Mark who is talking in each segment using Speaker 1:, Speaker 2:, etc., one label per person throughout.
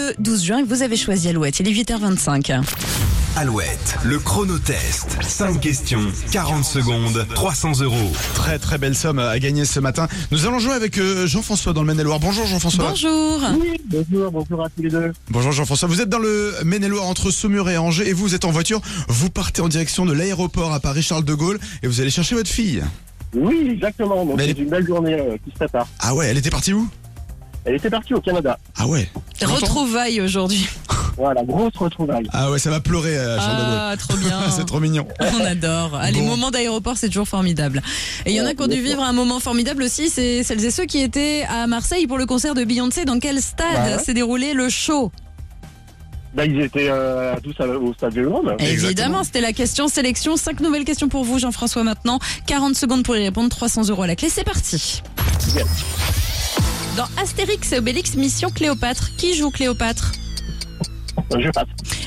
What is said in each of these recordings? Speaker 1: ce 12 juin et vous avez choisi Alouette. Il est 8h25.
Speaker 2: Alouette, le chronotest. 5 questions, 40 secondes, 300 euros.
Speaker 3: Très très belle somme à gagner ce matin. Nous allons jouer avec euh, Jean-François dans le Maine-et-Loire. Bonjour Jean-François.
Speaker 1: Bonjour.
Speaker 4: Oui, bonjour, bonjour à tous les deux.
Speaker 3: Bonjour Jean-François. Vous êtes dans le Maine-et-Loire entre Saumur et Angers et vous, vous êtes en voiture. Vous partez en direction de l'aéroport à Paris Charles de Gaulle et vous allez chercher votre fille.
Speaker 4: Oui, exactement. Donc
Speaker 3: Mais
Speaker 4: c'est
Speaker 3: elle-
Speaker 4: une belle journée euh, qui se prépare.
Speaker 3: Ah ouais, elle était partie où
Speaker 4: Elle était partie au Canada.
Speaker 3: Ah ouais. Tu l'entends
Speaker 1: Retrouvailles aujourd'hui.
Speaker 4: Voilà, grosse retrouvaille.
Speaker 3: Ah ouais, ça va pleurer euh, Charles de Gaulle.
Speaker 1: Ah, trop bien.
Speaker 3: c'est trop mignon.
Speaker 1: On adore. Ah, Les
Speaker 3: Bon.
Speaker 1: moments d'aéroport, c'est toujours formidable. Et il y en a qui ont dû vivre un moment formidable aussi, c'est celles et ceux qui étaient à Marseille pour le concert de Beyoncé. Dans quel stade
Speaker 4: Bah ouais.
Speaker 1: s'est déroulé le show
Speaker 4: Là, ils étaient euh, tous à- au stade de Hollande.
Speaker 3: Exactement.
Speaker 1: Évidemment, c'était la question sélection. Cinq nouvelles questions pour vous, Jean-François, maintenant. 40 secondes pour y répondre, 300 euros à la clé. C'est parti.
Speaker 4: Yes.
Speaker 1: Dans Astérix et Obélix, Mission Cléopâtre, qui joue Cléopâtre
Speaker 3: Eh,
Speaker 4: Je passe.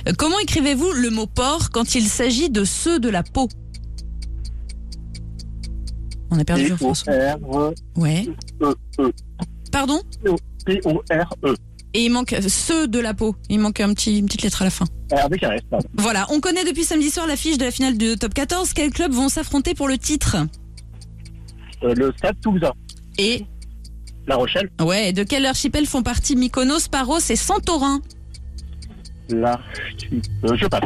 Speaker 1: Euh, Comment écrivez-vous le mot porc quand il s'agit de ceux de la peau On a perdu
Speaker 4: E.
Speaker 1: Jean-François.
Speaker 4: P-O-R-E-E.
Speaker 1: Ouais. Pardon
Speaker 4: P-O-R-E.
Speaker 1: Et il manque euh, ceux de la peau. Il manque un petit, une petite lettre à la fin.
Speaker 4: Avec un S. pardon.
Speaker 1: Voilà, on connaît depuis samedi soir l'affiche de la finale du top 14. Quels clubs vont s'affronter pour le titre
Speaker 4: Euh, Le stade Toulousain.
Speaker 1: Et
Speaker 4: La Rochelle.
Speaker 1: Ouais, et de quel archipel font partie Mykonos, Paros et Santorin
Speaker 4: La... Euh, je passe.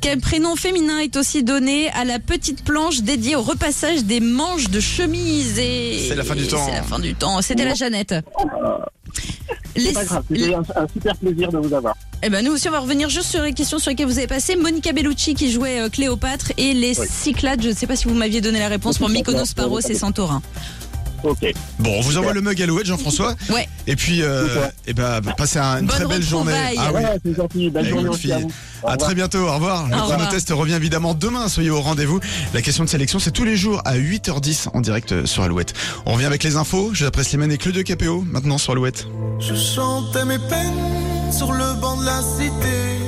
Speaker 1: Quel prénom féminin est aussi donné à la petite planche dédiée au repassage des manches de chemise et...
Speaker 3: C'est la fin du temps.
Speaker 1: C'est la fin du temps. C'était la Jeannette. Les-
Speaker 4: C'est pas grave. C'était un, un super plaisir de vous avoir.
Speaker 1: Eh ben nous aussi on va revenir juste sur les questions sur lesquelles vous avez passé. Monica Bellucci qui jouait euh, Cléopâtre et les
Speaker 4: Oui.
Speaker 1: Cyclades. Je ne sais pas si vous m'aviez donné la réponse pour Mykonos, Paros et Santorin.
Speaker 4: Ok.
Speaker 3: Bon, on vous envoie le mug Alouette, Jean-François.
Speaker 1: Ouais.
Speaker 3: Et puis, euh,
Speaker 4: Super.
Speaker 3: et bah, passez un- une
Speaker 1: Bonne
Speaker 3: très belle journée.
Speaker 1: retrouvaille.
Speaker 3: Ah oui.
Speaker 4: Ouais, c'est gentil. Belle
Speaker 3: Eh,
Speaker 4: journée
Speaker 3: bonne
Speaker 4: aussi
Speaker 3: fille.
Speaker 4: à vous. Au
Speaker 3: À
Speaker 4: revoir.
Speaker 3: très bientôt, au revoir. Le
Speaker 1: Au revoir.
Speaker 3: chronotest revient évidemment demain, soyez au rendez-vous. La question de sélection, c'est tous les jours à 8h10 en direct sur Alouette. On revient avec les infos, je après Slimane et Claude KPO, maintenant sur Alouette.
Speaker 5: Je chantais mes peines sur le banc de la cité.